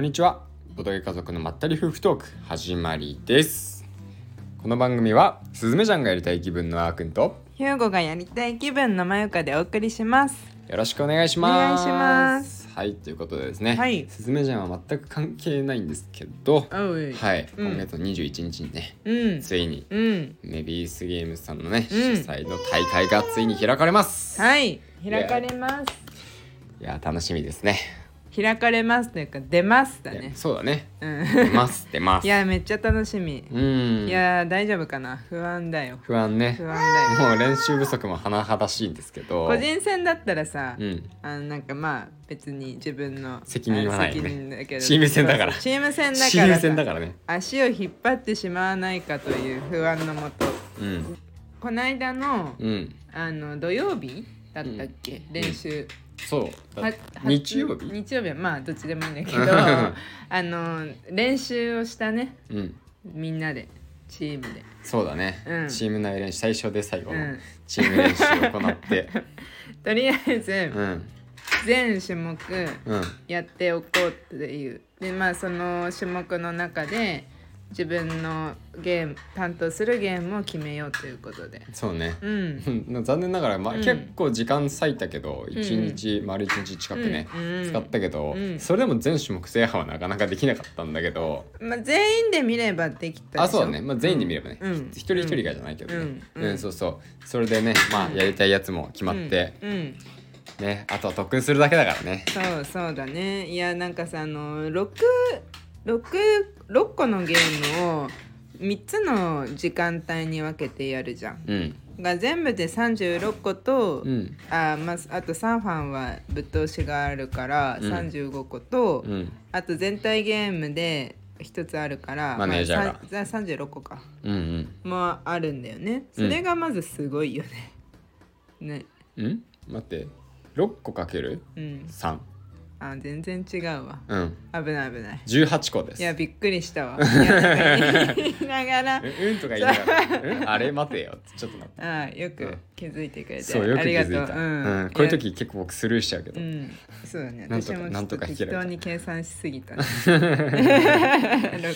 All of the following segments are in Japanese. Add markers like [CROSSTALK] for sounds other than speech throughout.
にちはボドゲ家族のまったり夫婦トーク始まりですこの番組はすずめちゃんがやりたい気分のあーくんとヒューゴがやりたい気分のまゆかでお送りします。よろしくお願いしますお願いしますはいということでですね、はいすずめちゃんは全く関係ないんですけどはおい。い、うん今月の21日にねうん。ついにうん。メビウスゲームズさんのね、うん主催の大会がついに開かれます、はい。開かれます。いやー楽しみですね開かれますというか出ますだいねや。そうだねうん。出 [LAUGHS] ます出まいすやめっちゃ楽しみ。うんいやー大丈夫かな。不安だよ。不安ね不安だよ。もう練習不足も甚だしいんですけど個人戦だったらさう、んあのなんかまあ別に自分の責任はないねあの責任だけどチーム戦だからそうそうチーム戦だから。チーム戦だからね足を引っ張ってしまわないかという不安のもと。うんこないだのうんあの土曜日だったっけ、練習、そうだは日曜日日曜日はまあどっちでもいいん [LAUGHS] だけどあの練習をしたねうんみんなでチームでそうだね、うんチーム内練習最初で最後うのんチーム練習を行 [LAUGHS] ってとりあえうずん全種目うんやっておこうっていうでまあその種目の中で自分のゲーム担当するゲームを決めようということでそうねうんうん残念ながら、まあうん結構時間割いたけど一日、丸一日近くね、うんうん使ったけど、うんそれでも全種目制覇はなかなかできなかったんだけど、まあ、全員で見ればできたでしょあそうだね、まあ、全員で見ればね、うんひ一人一人がじゃないけどね、ううんんうんそうそうそれでねまあやりたいやつも決まって、うんうんねあとは特訓するだけだからねそうそうだねいやなんかさあの66個のゲームを3つの時間帯に分けてやるじゃん。うんが全部で36個と、うんあまあ、あとサーファンはぶっ通しがあるからうん35個と、うんあと全体ゲームで1つあるからマネージャーがまあ、さんじゃあ36個かうんもあるんだよねそうんれがまずすごいよね。ねうんうん待って6個かけるうん3あ全然違うわうん危ない危ない。 18個ですいやびっくりし [LAUGHS] たわ。いやなんか言いながうらんうんとか言いながらうんあれ待てよちょっと待ってああようくん気づいてくれてそうよくあ気りづがいとた、う。うんこういう時結構僕スルーしちゃうけうど、んそうだねなんと私かもちなょんっととか開いた適当に計算しすぎたね [LAUGHS]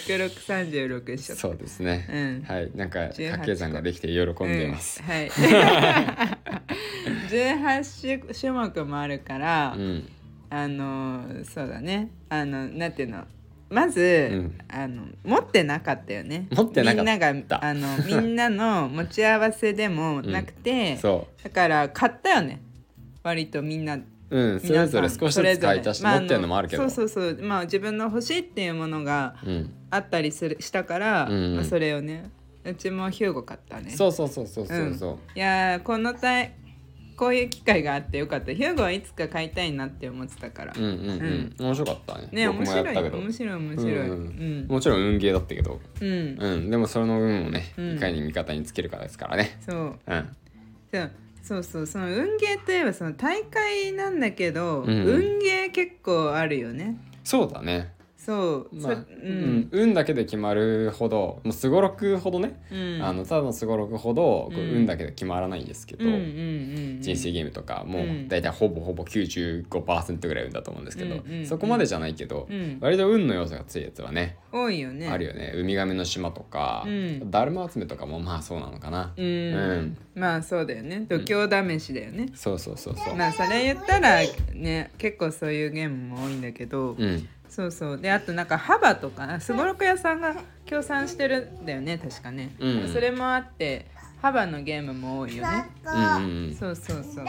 6636しちゃったそうですね、うんはいなんか18掛け算ができて喜んでいます、うんはい [LAUGHS] [LAUGHS] 18種種目もあるから、うんあのそうだねあのなんていうのまず、うんあの持ってなかったよね持ってなかったみんながあのみんな [LAUGHS] の持ち合わせでもなくて、そうだから買ったよね割とみんなうん、それぞれ少しずつ買い足して持ってるのもあるけど、まあ、そうそうそうまあ自分の欲しいっていうものがうん、あったりするしたから、うんうんまあ、それをねうちもヒューゴ買ったねそうそうそうそうそうそう、いやーこのたいこういう機会があってよかったヒューゴはいつか買いたいなって思ってたから、うん、うんうん面白かったねね僕面もやっ白いたけど面白い面う白いんううんん、もちろん運ゲーだったけど、うんうん、でもその運をね、うんいかに味方につけるかですからねそううんそうそうそうその運ゲーといえばその大会なんだけど、うんうん運ゲー結構あるよねそうだねそう、まあ、うそんう、ん、運だけで決まるほどもうすごろくほどね、うん、あのただのすごろくほどこううん運だけで決まらないんですけど、うんうんうんうん、人生ゲームとかもううん大体ほぼほぼ95%ぐらい運だと思うんですけど、うんうんそこまでじゃないけど、うん割と運の要素が強いやつはね、多いよねあるよね「ウミガメの島」とか、うんだるま集め」とかもまあそうなのかな、うん、うんまあそうだよね度胸試しだよね、そうそうそうそう、まあそれ言ったらね結構そういうゲームも多いんだけど、うんそうそうであとなんか幅とかすごろく屋さんが協賛してるんだよね確かね、うんそれもあって幅のゲームも多いよねうんうんそうそうそう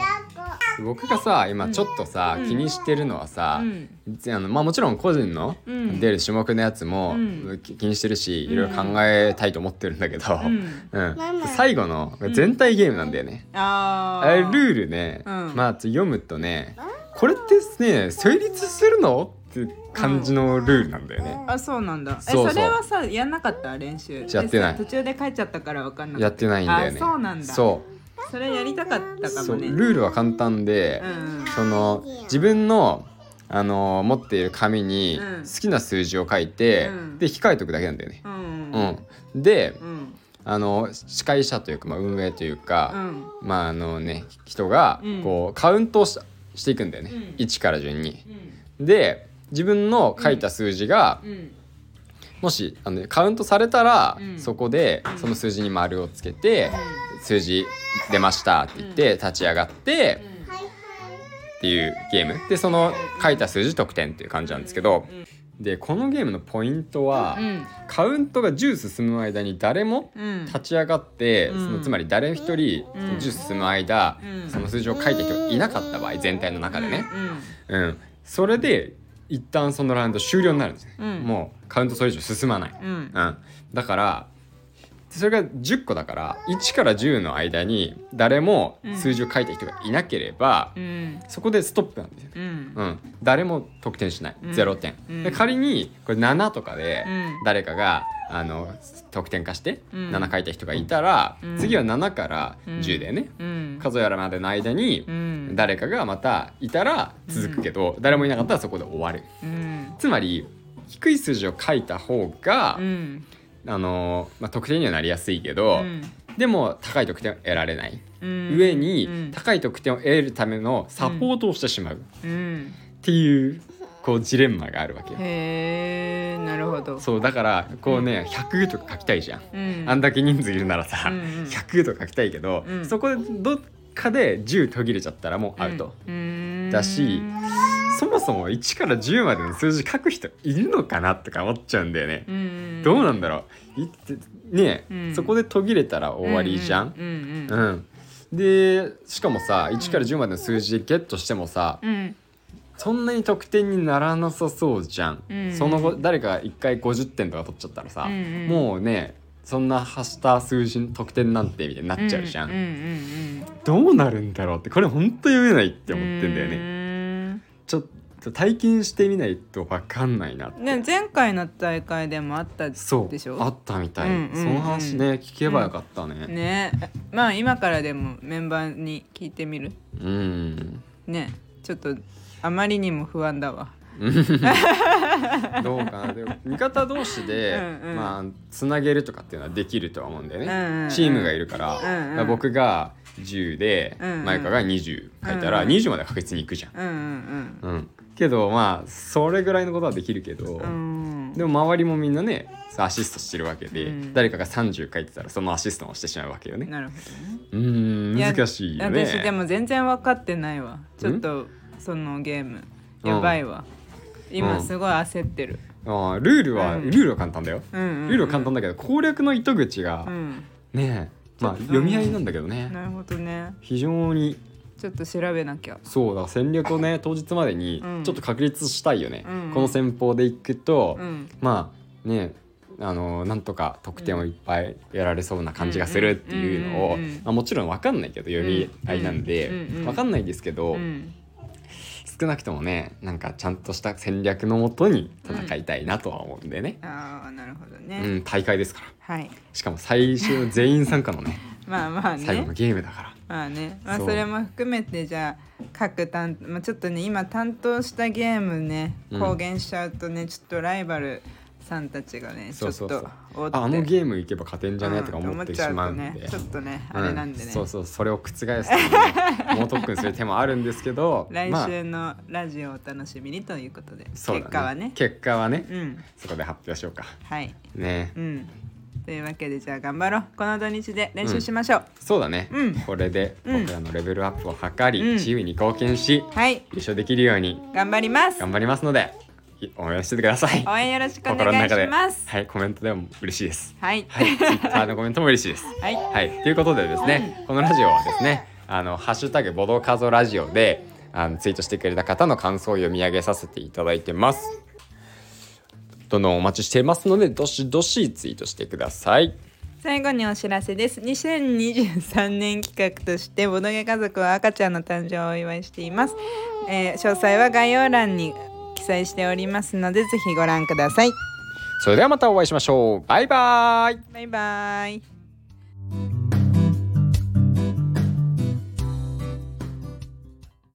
うん、僕がさ今ちょっとさ、うん気にしてるのはさ、うんあのまあ、もちろん個人のうん出る種目のやつもうんき気にしてるし、うんいろいろ考えたいと思ってるんだけど、ううんん最後の全体ゲームなんだよね。ああれルーールね、うんまあちょ読むとねこれってね成立するのって感じのルールなんだよね。あそうなんだえそうそうれはさやんなかった練習やってないでさ途中で帰っちゃったからわかんなかやっってないんだよね。あそうなんだそうたそれやりたかったかそもうねルールは簡単で、うんその自分のあの持っている紙にうん好きな数字を書いて、うんで控えておくだけなんだよね。ううんん、でうんあの司会者というか、まあ、運営といううか、んまああのね人がうんこうカウントをししていくんだよね、うん1から順に。うんで自分の書いた数字が、うんもしあのカウントされたら、うんそこでんその数字に丸をつけて、数字出ましたって言って立ち上がってう、んっていうゲームでその書いた数字得点っていう感じなんですけど、でこのゲームのポイントは、うんカウントが10進む間に誰もうん立ち上がって、うんそのつまり誰一人うん10進む間、うんその数字を書いた人がいなかった場合全体の中でね、ううんそれで一旦そのラウンド終了になるんですね、うんもうカウントそれ以上進まない、んうんうん、だからそれが10個だから1から10の間に誰も数字を書いた人がいなければ、うんそこでストップなんですよ、うんうん、誰も得点しない、うん0点、うんで仮にこれ7とかでうん誰かが、あの得点化してうん7書いた人がいたら、うん次は7から10だよね、うん数えらまでの間にうん誰かがまたいたら続くけど、誰もいなかったらそこで終わるうんつまり低い数字を書いた方が、うんあのまあ、得点にはなりやすいけど、でも高い得点を得られない、うん上うにん高い得点を得るためのサポートをしてしまう、うんっていうこうジレンマがあるわけよへえなるほどそうだからこうね100とか書きたいじゃんうんあんだけ人数いるならさうんうん100とか書きたいけどうんそこでどっかで10途切れちゃったらもうアウトうんだしそもそも1から10までの数字書く人いるのかなとか思っちゃうんだよねうんどうなんだろういってねうんそこで途切れたら終わりじゃんうんうんううんんでしかもさ1から10までの数字ゲットしてもさうんそんなに得点にならなさそうじゃん、うんその後誰かが1回50点とか取っちゃったらさ、うんうんもうねそんな発した数字の得点なんてみたいになっちゃうじゃん、うんうんどうなるんだろうってこれ本当読めないってうん思ってんだよね、ねちょっと体験してみないと分かんないなって、ね前回の大会でもあったでしそょうあったみたい、うんうんうんその話ね聞けばよかったねねまあ今からでもメンバーに聞いてみるうん、ねちょっとあまりにも不安だわどうかなでも味方同士でうんうんまあつなげるとかっていうのはできるとは思うんだよね、うんうんうんチームがいるから,、うんうん僕が10で、うんうんマイカが20書いたらうんうん20までは確実にいくじゃん、うんうんうん、けどまあそれぐらいのことはできるけど、うんうんでも周りもみんなねアシストしてるわけで、うん誰かが30書いてたらそのアシストもしてしまうわけよねなるほどねうーんいや難しいよね私でも全然分かってないわちょっとそのゲームうんやばいわう今んすごい焦ってるあールールは、うんルールは簡単だよルールールは簡単だけど攻略の糸口が、うんねまあちょっと読み合いなんだけどね、なるほどね非常にちょっと調べなきゃそうだ戦略をね当日までにうんちょっと確立したいよね、うんこの戦法でいくと、うんまあねあのなんとか得点をいっぱいやられそうな感じがするっていうのを、うんうんうんうんまあ、もちろん分かんないけど読み合いなんで、うんうんうん分かんないですけど、うん少なくともねなんかちゃんとした戦略のもとに戦いたいなとは思うんでね、ああなるほどうねん大会ですからはいしかも最終の全員参加のねまあま [LAUGHS] あね最後のゲームだから。まあね、まあ、そうそれも含めてじゃあ各担まあ、ちょっとね今担当したゲームねうん公言しちゃうとね、ちょっとライバルさんたちがねそうそうそうちょっあとあの追ってゲームいけば勝てんじゃねえとか思ってしまうんで、ん思っちゃうとねちょっとねうんあれなんでね、そうそうそれを覆すためにね猛特訓する手もあるんですけど [LAUGHS] 来まあ週のラジオをお楽しみにということで、そうだ結果はね結果はね、うんそこで発表しようかはいね、うんというわけでじゃあ頑張ろうこの土日で練習しましょう、そうだね、うんこれで僕らのレベルアップを図り、うんチームに貢献し、はい優勝できるように頑張ります頑張りますのでい応援しててください応援よろしくお心の願い中でしますはいコメントでも嬉しいですはいはいツイッターのコメントも嬉しいです [LAUGHS] はいはい、ということでですね、このラジオはですね、あのハッシュタグボドカゾラジオで。あのツイートしてくれた方の感想を読み上げさせていただいてます。どんどんお待ちしていますので、どしどしツイートしてください。最後にお知らせです2023年企画としてボドゲ家族は赤ちゃんの誕生をお祝いしています、えー詳細は概要欄に記載しておりますのでぜひご覧くださいそれではまたお会いしましょう。バイバイ。バイバイ